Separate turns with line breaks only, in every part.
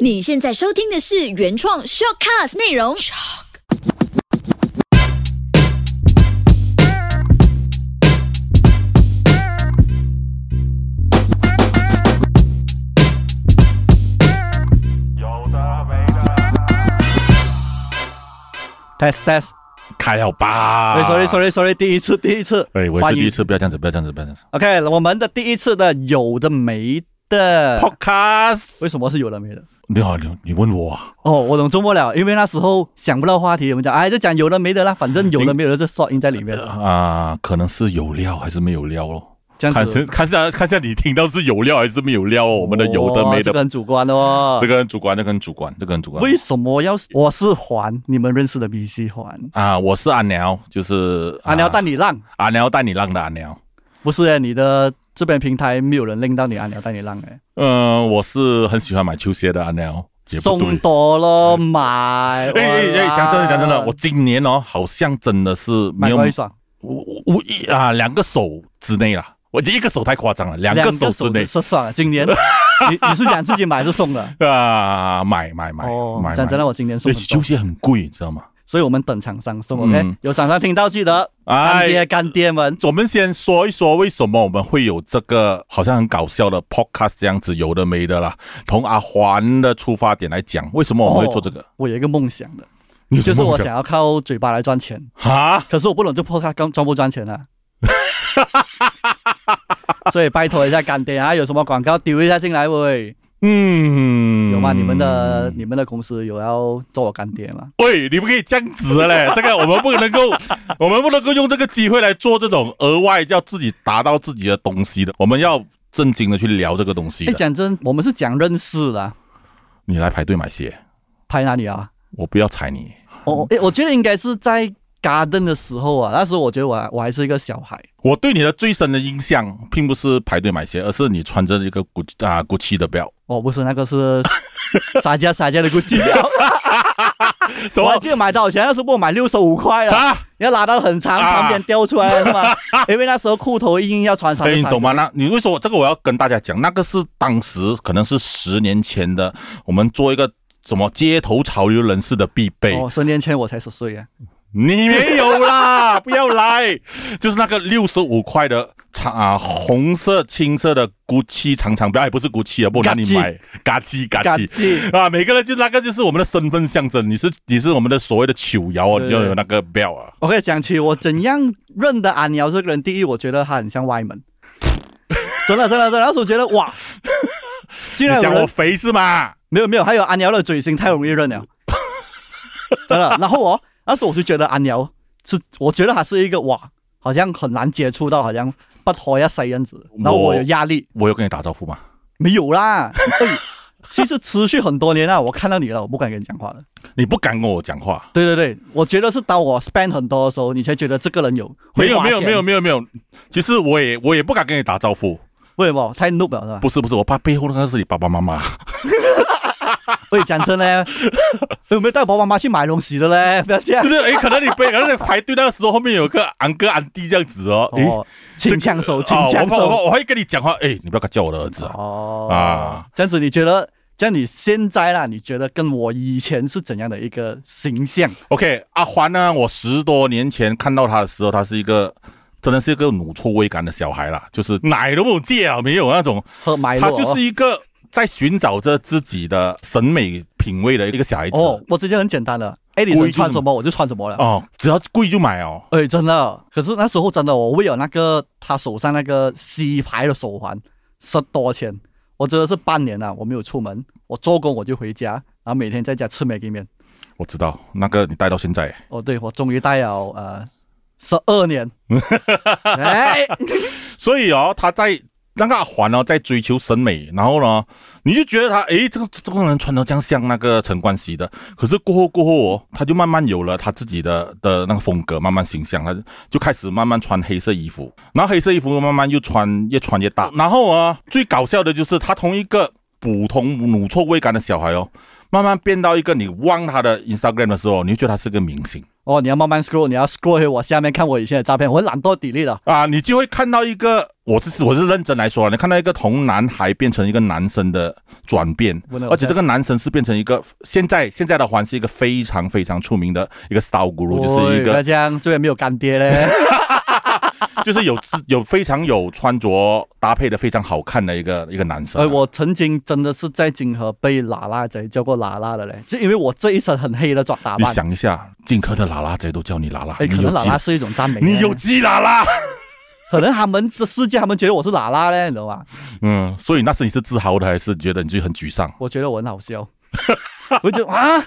你现在收听的是原创 shortcast 内容。
test test，
开了吧
哎，sorry sorry sorry，第一次第一次，
哎，我也
欢
是
迎
第一次，不要这样子，不要这样子，不要这样子。
OK，我们的第一次的有的没的，
Podcast，
哎为什么是有的没的？
你好，你你问我啊，
哦，我懂周末了，因为那时候想不到话题，我们讲哎就讲有的没的啦，反正有的没的就 short in 在里面了，
啊，可能是有料还是没有料咯？
这样
看
子
是。看下看下你听到是有料还是没有料哦？我们的有的
哦
没
这个
的，
很主观哦。
这个很主观，这个很主观，这个很主观。
为什么要我是环？你们认识的 B C 环？
啊，我是阿鸟，就是
阿廖带
带
你浪，
阿鸟带你浪的阿鸟。
不是哎诶，你的这边平台没有人令到你阿廖带你浪哎诶，
嗯，我是很喜欢买球鞋的阿鸟，也不
送
对。
多了买。
哎哎哎，讲真的，讲真的，
哇
我今年哦，好像真的是没
买
有
过一双。
我我我一啊两个手之内啦，我这一个手太夸张了，两个手之内
是算了，今 年你你是讲自己买是送的？
啊，买买买
哦
买，，
讲真的，
买，
我今年送
因为
很
球
多，
鞋很贵，你知道吗？
所以我们等厂商送。
嗯
OK，有厂商听到记得干爹
哎，
干爹们，
我们先说一说为什么我们会有这个好像很搞笑的 podcast 这样子，有的没的啦。从阿环的出发点来讲，为什么我们会做这个？
我有一个梦想的，
你有什
哦就
么
是我
梦
想要靠嘴巴来赚钱，
哈，
可是我不懂就破他刚赚不赚钱啊。 所以拜托一下干爹啊，有什么广告丢一下进来喂？
嗯，
有吗？你们的你们的公司有要做我干爹吗？
喂，你不可以这样子 嘞！这个我们不能够，我们不能够用这个机会来做这种额外要自己达到自己的东西的。我们要正经的去聊这个东西
哎，
的。
讲真，我们是讲认识的啊，
你来排队买鞋，
拍哪里啊？
我不要踩你。
哦，
嗯
诶，我觉得应该是在 garden 的时候啊，那时候我觉得我还我还是一个小孩，
我对你的最深的印象，并不是排队买鞋，而是你穿着一个古啊古奇的表。
哦，不是那个 是撒家撒家的估计
什
我还记得买多少钱？那时候我买六十五块啊，
啊？
要拉到很长，
啊
旁边掉出来是 吗？因为那时候裤头硬要穿上，
哎，你懂吗？？那你为什么这个我要跟大家讲？那个是当时可能是十年前的，我们做一个什么街头潮流人士的必备。
哦，十年前我才十岁啊，
你没有啦， 不要来，就是那个六十五块的长啊红色青色的 GUCCI 长长表，哎，不是 GUCCI 啊，不然你买，嘎叽嘎
嘎
叽。
叽。
啊，每个人就那个就是我们的身份象征，你是你是我们的所谓的球摇啊，
对
你就有那个 bell 啊。
OK，讲起我怎样认得阿鸟这个人，第一，我觉得他很像外门，真的真的真的，那时候觉得哇，竟
你
然有
讲
人
我肥是吗？
没有没有，还有阿鸟的嘴型太容易认 了，真的。然后哦，那时候我就觉得阿鸟是，我觉得他是一个哇，好像很难接触到，好像不可一世样子。然后我有压力，
我有跟你打招呼吗？
没有 啦。哎，其实持续很多年了，我看到你了，我不敢跟你讲话了。
你不敢跟我讲话。
对对对，我觉得是当我 spend 很多的时候，你才觉得这个人有
没有没啊有没有
有，
没有没有，其实我也我也不敢跟你打招呼，
为什么太 noob 了是吧？
不是不是，我怕背后那个是你爸爸妈 妈。
喂，讲 真嘞，有没有带爸爸妈妈去买东西的嘞？不要这样
就。是哎，可能你背，可能你排队那个时候后面有个昂哥昂弟这样子哦，诶，
哦，
这
请
个
枪手，请
啊
枪
我怕我
手
怕。我会跟你讲话，哎，你不要敢叫我的儿子啊！
哦
啊，
这样子你觉得，这样你现在啦，你觉得跟我以前是怎样的一个形象？
OK，阿环呢？我十多年前看到他的时候，他是一个真的是一个乳臭未干的小孩啦，就是奶都没有戒啊，没有那种，
喝买
他
了
就是一个在寻找着自己的审美品味的一个小孩子
哦，我直接很简单的，哎，你
故意就是
想穿什么我就穿什么了。
哦，只要贵就买哦。
哎，真的，可是那时候真的，我为了那个他手上那个 C 牌的手环，十多钱，我真的是半年了，我没有出门，我做工我就回家，然后每天在家吃麦给面。
我知道那个你带到现在，
哦，对，我终于戴了呃十 二年，哎，
所以哦，他在那个阿环呢、在追求审美，然后呢，你就觉得他诶，这个这个人穿的这样像那个陈冠希的，可是过后过后哦，他就慢慢有了他自己的的那个风格，慢慢形象，他就开始慢慢穿黑色衣服，然后黑色衣服慢慢又穿越穿越大，然后啊，最搞笑的就是他同一个。普通乳臭未干的小孩哦，慢慢变到一个你望他的 Instagram 的时候，你就觉得他是个明星
哦，你要慢慢 scroll，你要 scroll 回我下面看我以前的照片，我会懒惰 delete 的。
啊，你就会看到一个，我是我是认真来说啊，你看到一个从男孩变成一个男生的转变
我能，
而且这个男生是变成一个现在现在的环是一个非常非常出名的一个 style guru，就是一
喂不 要
个
这样，这边没有干爹 嘞。
就是有自有非常有穿着搭配的非常好看的一个一个男生啊、
哎，我曾经真的是在金河被喇喇贼叫过喇喇的嘞，就因为我这一身很黑的装打
你
扮。
想一下，荆轲的喇喇贼都叫你喇
哎，
喇，你
可能
有
喇
几
喇是一啊种赞美嘞。
你有几喇喇？
可能他们的世界，他们觉得我是喇喇嘞，你懂吗？
嗯，所以那时你是自豪的，还是觉得你自己很沮丧？
我觉得我很好 笑，我就啊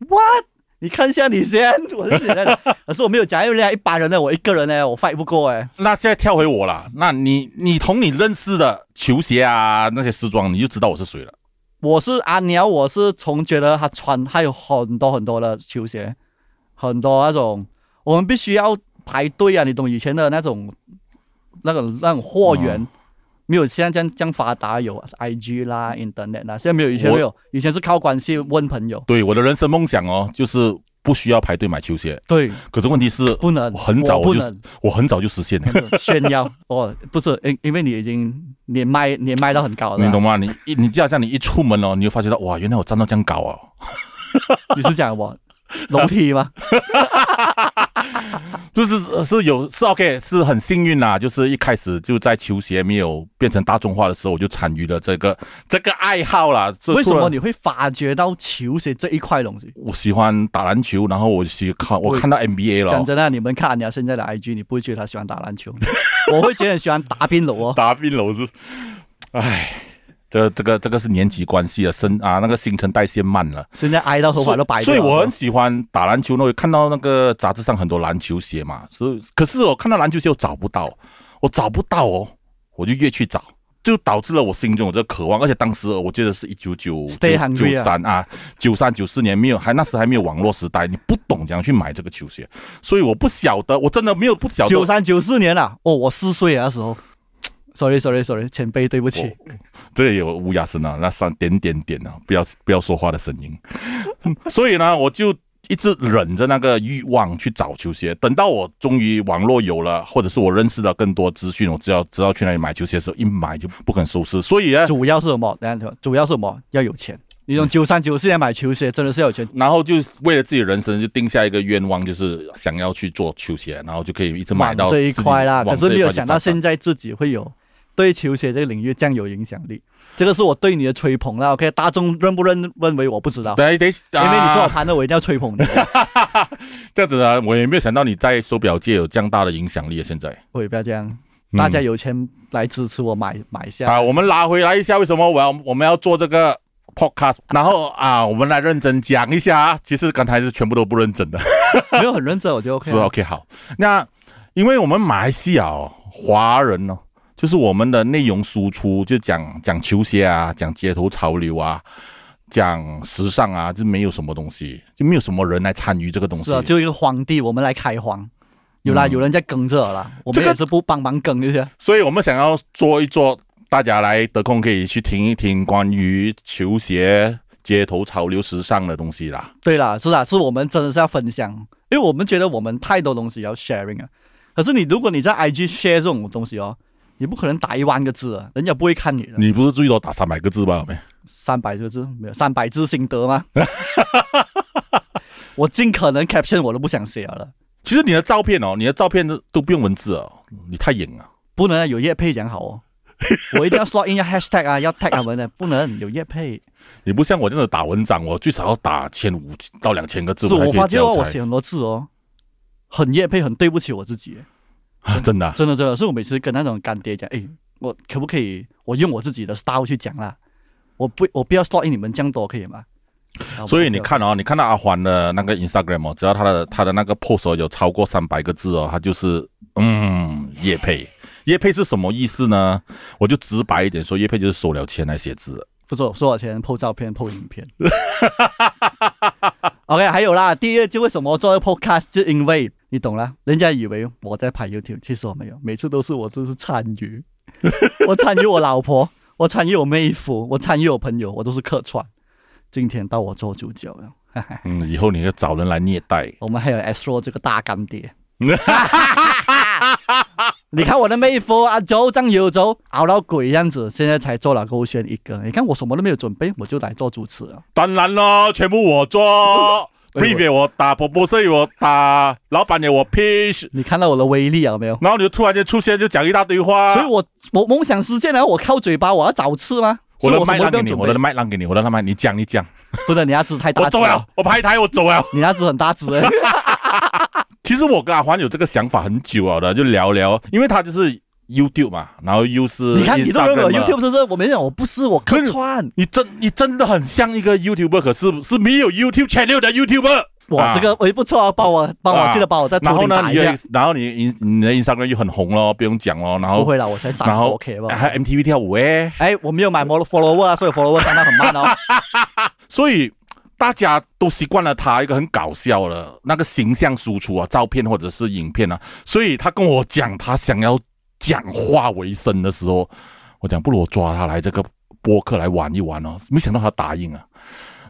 ，what？你看一下你先，我是觉得， 可是我没有讲，因为人家一般人呢，我一个人呢，我 fight 不过哎。
那现在跳回我啦，那你你从你认识的球鞋啊那些时装，你就知道我是谁了。
我是阿鸟，我是从觉得他穿他有很多很多的球鞋，很多那种我们必须要排队啊，你懂以前的那种那种那种货源。嗯没有现在这样这样发达，有 I G 啦、Internet 啦，现在没有以前
我
没有，以前是靠关系问朋友。
对，我的人生梦想哦，就是不需要排队买球鞋。
对，
可是问题是，
不能，
我很早
我不
就
能
我很早就实现了，
不能炫耀 哦，不是，因因为你已经年迈年迈到很高了，
你懂？吗？你一你就好像你一出门哦，你就发觉到哇，原来我站到这样高啊！
你是讲我楼梯 吗？
就是是有是 OK，是很幸运啦、就是一开始就在球鞋没有变成大众化的时候，我就参与了这个这个爱好啦。是
为什
突
么
然
你会发觉到球鞋这一块东西？
我喜欢打篮球，然后我喜看我
喂
看到 NBA 了
讲
哦，
真的，你们看你现在的 IG，你不会觉得他喜欢打篮球， 我会觉得很喜欢打冰楼 哦。
打冰楼是，唉，这这个这个是年纪关系啊，身啊那个新陈代谢慢了。
现在挨到头发都白掉
所以
了。哦
我很喜欢打篮球，那我看到那个杂志上很多篮球鞋嘛，所以可是我看到篮球鞋我找不到，我找不到哦，我就越去找，就导致了我心中有这个渴望，而且当时我记得是一九九
Stay
九
hungry 啊
三啊，九三九四年没有，还那时还没有网络时代，你不懂怎样去买这个球鞋，所以我不晓得，我真的没有不晓得
九三九四年了，哦，我四岁啊那时候。Sorry Sorry Sorry，前辈，对不起。
这个有乌鸦声啊，那三点点点啊，不要不要说话的声音。 嗯所以呢，我就一直忍着那个欲望去找球鞋，等到我终于网络有了，或者是我认识了更多资讯，我知道知道去哪里买球鞋的时候，一买就不肯收拾。所以 呢，
主要是什么？等一下主要是什么？要有钱。你从九三九四年买球鞋，真的是要有钱。
然后就为了自己人生就定下一个愿望，就是想要去做球鞋，然后就可以一直买
往
到
这一块
自
啦，
己
可
往
是
这一
没有
块去
想到
发展
现在自己会有对球鞋这个领域这样有影响力，这个是我对你的吹捧啦。OK，大众认不认认为我不知道，
对得，
因为你做
啊
好摊的，我一定要吹捧你。
这样子啊，我也没有想到你在手表界有这样大的影响力啊！现在
喂，不要这样，
嗯
大家有钱来支持我买买下。
啊，我们拉回来一下，为什么我要我们要做这个 podcast？然后啊，我们来认真讲一下啊。其实刚才是全部都不认真的，
没有很认真，我觉得 OK
是
啊。
OK 好。那因为我们马来西亚哦华、人哦，就是我们的内容输出就讲讲球鞋啊，讲街头潮流啊，讲时尚啊，就没有什么东西，就没有什么人来参与这个东西。
是啊，就一个荒地，我们来开荒。有啦，
嗯
有人在耕着啦，我
这
们
个
也是不帮忙耕一些。
所以我们想要做一做，大家来得空可以去听一听关于球鞋、街头潮流、时尚的东西啦。
对啦，是啦，啊是我们真的是要分享，因为我们觉得我们太多东西要 sharing 啊。可是你如果你在 IG share 这种东西哦，你不可能打一万个字啊，人家不会看你的。
你不是最多打三百个字吧？
嗯
没，
三百个字没有，三百字心得 吗？我尽可能 caption 我都不想写了，
其实你的照片哦，你的照片都都不用文字哦，你太硬了。
不能有叶配讲 好哦。我一定要 slot in 要 hashtag 啊，要 tag 他们的，不能有叶配。
你不像我这种打文章，我最少要打千五到两千个字，
是
还
我
可
发
以
觉哦
交
我
差。
写很多字哦，很叶配，很对不起我自己。嗯
啊真的啊、
真的真的，是我每次跟那种干爹讲，哎，我可不可以我用我自己的 style 去讲啦？我不我不要 slot in 你们这样多可以吗？然后
所以
我
你
就
看哦，你看到阿欢的那个 Instagram 哦，只要他的他的那个 post 哦有超过三百个字哦，他就是嗯叶配。叶配是什么意思呢？我就直白一点说，叶配就是收了钱来写字的。
不是我说我钱 po 照片 po 影片。OK，还有啦，第二就为什么做 podcast，就因为你懂啦，人家以为 我在拍 YouTube，其实我没有，每次都是我就是参与，我参与我老婆，我参与我妹衣服，我参与我朋友，我都是客串。今天到我做主角了，
嗯，以后你要找人来虐待。
我们还有 S o 这个大干爹。你看我的妹夫阿周张友周熬到鬼样子，现在才做了勾选一个。你看我什么都没有准备，我就来做主持了。
当然咯，全部我 做
对我
，brief 也我打，波波也我打，老板也我 pitch，
你看到我的威力了没有？
然后你就突然间出现，就讲一大堆话。
所以我我梦想实现了，我靠嘴巴，我要找刺吗？
我
所以
的
我
麦
什么
让
都
给
不
你，
用
我的
准备
麦让给你，我的麦你讲你讲，
不是你牙齿太大
我
只
走了，我拍台我走了。
你牙齿很大 只、 欸。
其实我跟阿欢有这个想法很久了的，就聊聊，因为他就是 YouTube 嘛，然后又是
你看你都没有
Instagram 嘛
YouTube 是不是？我没有，我不是我客串。
你真你真的很像一个 YouTuber，可是是没有 YouTube channel 的 YouTuber。
哇，
啊
这个也不错啊，帮我帮我
啊
记得帮我在
然
头
后
顶
呢，
打
你
一
的
下。
然后你你你的 Instagram 又很红咯，不用讲咯。然
不
后
会啦，我才三
然
十
后哎
OK 吧？
还 MTV 跳舞诶，
哎，我没有买 follow follower 啊，所以 follower 上到很慢哦。
所以大家都习惯了他一个很搞笑的那个形象输出啊，照片或者是影片啊。所以他跟我讲他想要讲话为生的时候，我讲不如我抓他来这个播客来玩一玩哦，没想到他答应了。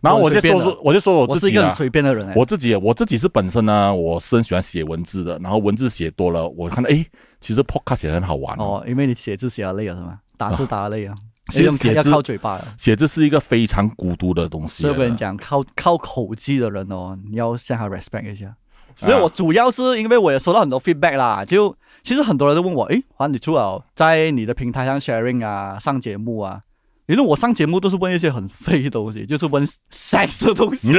然后我就说
我很随便
说，我就说 我
我
自
是一
己
个很
啊，
随便的人、哎
我自己我自己是本身呢，我是很喜欢写文字的，然后文字写多了，我看到诶，其实 podcast 也很好玩哦。
哦，因为你写字写得累了是吗？打字打得累啊，
其实
要
写
要
字
靠嘴巴了。
写字是一个非常孤独的东西啊
所以
来的。
我跟你讲，靠靠口技的人哦，你要向他 respect 一下。
啊
所以我主要是因为我也收到很多 feedback 啦，就其实很多人都问我，诶，黄你除了在你的平台上 sharing 啊，上节目啊，因为我上节目都是问一些很废的东西，就是问 sex 的东西，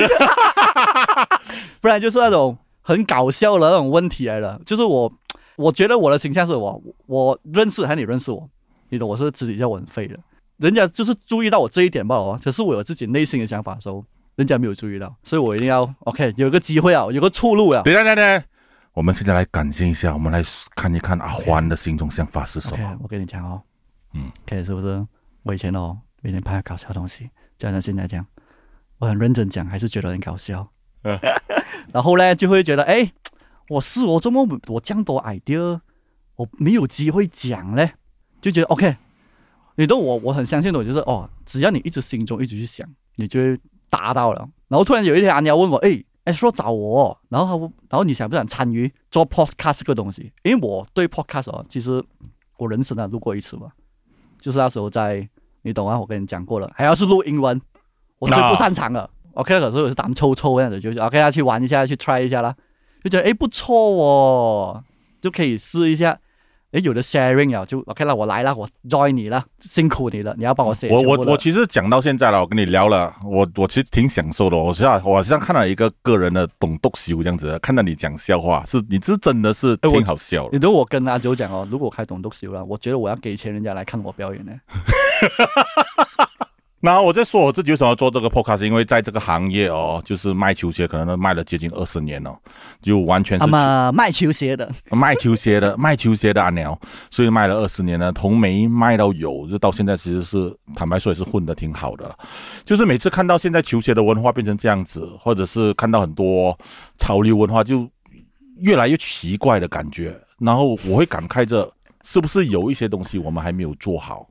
不然就是那种很搞笑的那种问题来了。就是我，我觉得我的形象是我，我认识还是你认识我，你懂我是私底下我很废的，人家就是注意到我这一点吧，哦，可是我有自己内心的想法的时候。人家没有注意到，所以我一定要 OK，有个机会啊，有个出路啊。
等一下，等一下等一下，我们现在来感性一下，我们来看一看阿欢的心中想法是什
OK，
么。
我跟你讲哦，
嗯
，OK，是不是？我以前哦，每天拍搞笑的东西，就好像现在这样，我很认真讲，还是觉得很搞笑。
嗯
然后呢，就会觉得，哎，我是我这么我这样多 idea，我没有机会讲嘞，就觉得 OK。你懂我，我很相信的，我就是哦，只要你一直心中一直去想，你就会达到了。然后突然有一天，阿鸟问我，哎。哎，说找我哦，然后他然后你想不想参与做 podcast 这个东西？因为我对 podcast 哦，其实我人生啊录过一次嘛，就是那时候在你懂啊，我跟你讲过了，还要是录英文，我最不擅长了。OK，可是我是胆抽抽那样子，就是 OK，要去玩一下，去 try 一下啦，就觉得诶哎不错哦，就可以试一下。诶，有的 sharing 啊，就 OK 了，我来了，我 join 你了，辛苦你了，你要帮我写。
我我我其实讲到现在了，我跟你聊了，我我其实挺享受的。我像我好像看到一个个人的懂逗秀这样子，看到你讲笑话，是你这真的是
哎我
挺好笑的
你。如果我跟阿九讲哦，如果我开懂读书了，我觉得我要给钱人家来看我表演呢。
然后我在说我自己为什么要做这个 podcast，因为在这个行业哦，就是卖球鞋，可能都卖了接近二十年了，就完全是
那么卖球鞋的，
卖球鞋的， 卖球鞋的阿鸟，所以卖了二十年呢，从没卖到有，就到现在其实是坦白说也是混的挺好的了。就是每次看到现在球鞋的文化变成这样子，或者是看到很多潮流文化，就越来越奇怪的感觉。然后我会感慨着，是不是有一些东西我们还没有做好？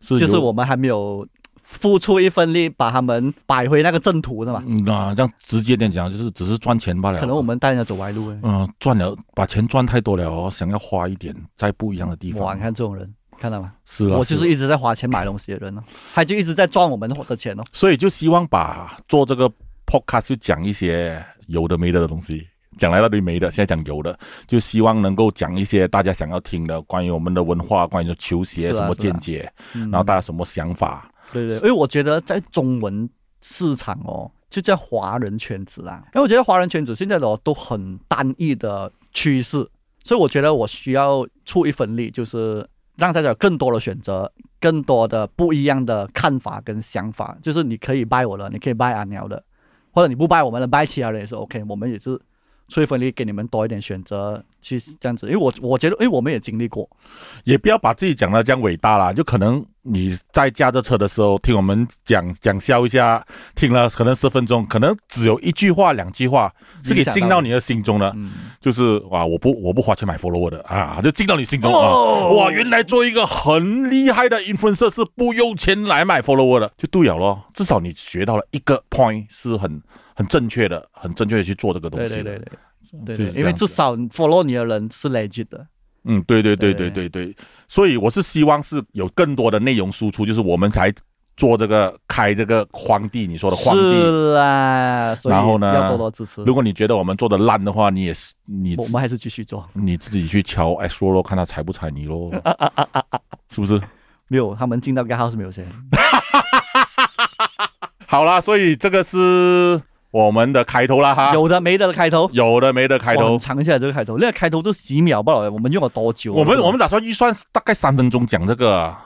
是有
就是我们还没有付出一份力把他们摆回那个正途的嘛。
嗯啊，这样直接点讲，就是只是赚钱罢了。
可能我们带人家走歪路哎。
嗯、赚了把钱赚太多了哦，想要花一点在不一样的地
哇，
方
啊你。看这种人，看到吗？
是啊，
我就是
啊
是一直在花钱买东西的人哦，他就一直在赚我们的钱哦。
所以就希望把做这个 podcast 就讲一些有的没的的东西，讲来那堆没的，现在讲有的，就希望能够讲一些大家想要听的，关于我们的文化，关于球鞋
是啊
什么
是啊
见解，
嗯
然后大家什么想法。
对对，因为我觉得在中文市场哦，就在华人圈子啦，因为我觉得华人圈子现在的哦都很单一的趋势，所以我觉得我需要出一份力，就是让大家有更多的选择，更多的不一样的看法跟想法。就是你可以拜我的，你可以拜阿鸟的，或者你不拜我们的，拜其他人也是 OK。我们也是出一份力，给你们多一点选择，去这样子，因为我我觉得，因为我们也经历过，
也不要把自己讲的这样伟大啦，就可能你在驾着车的时候听我们讲讲笑一下，听了可能十分钟，可能只有一句话两句话是可以
影响
进
到
到你的心中的，
嗯，
就是哇，我不我不花钱买 follower 的啊，就进到你心中、
哦
啊，哇，原来做一个很厉害的 influencer 是不用钱来买 follower 的，就对了咯，至少你学到了一个 point 是很很正确的，很正确的去做这个东
对
西
对
的，
对对对
就是
对，
这
因为
样子
至少 follow 你的人是 legit 的，
嗯，对对对对
对
对对，所以我是希望是有更多的内容输出，就是我们才做这个开这个荒地，你说的荒地。
是啦，所以
然后呢
要多多支持。
如果你觉得我们做的烂的话，你也是你
我们还是继续做，
你自己去敲 X 罗罗，看他踩不踩你 咯，是不是？
没有他们进到 g house 没有钱，
好啦，所以这个是我们的开头啦哈，
有的没的的开头，
有的没的啊开
我
头
很。尝一下这个开头，那个开头都几秒不了，我们用了多久？
啊我们我们打算预算大概三分钟讲这个啊，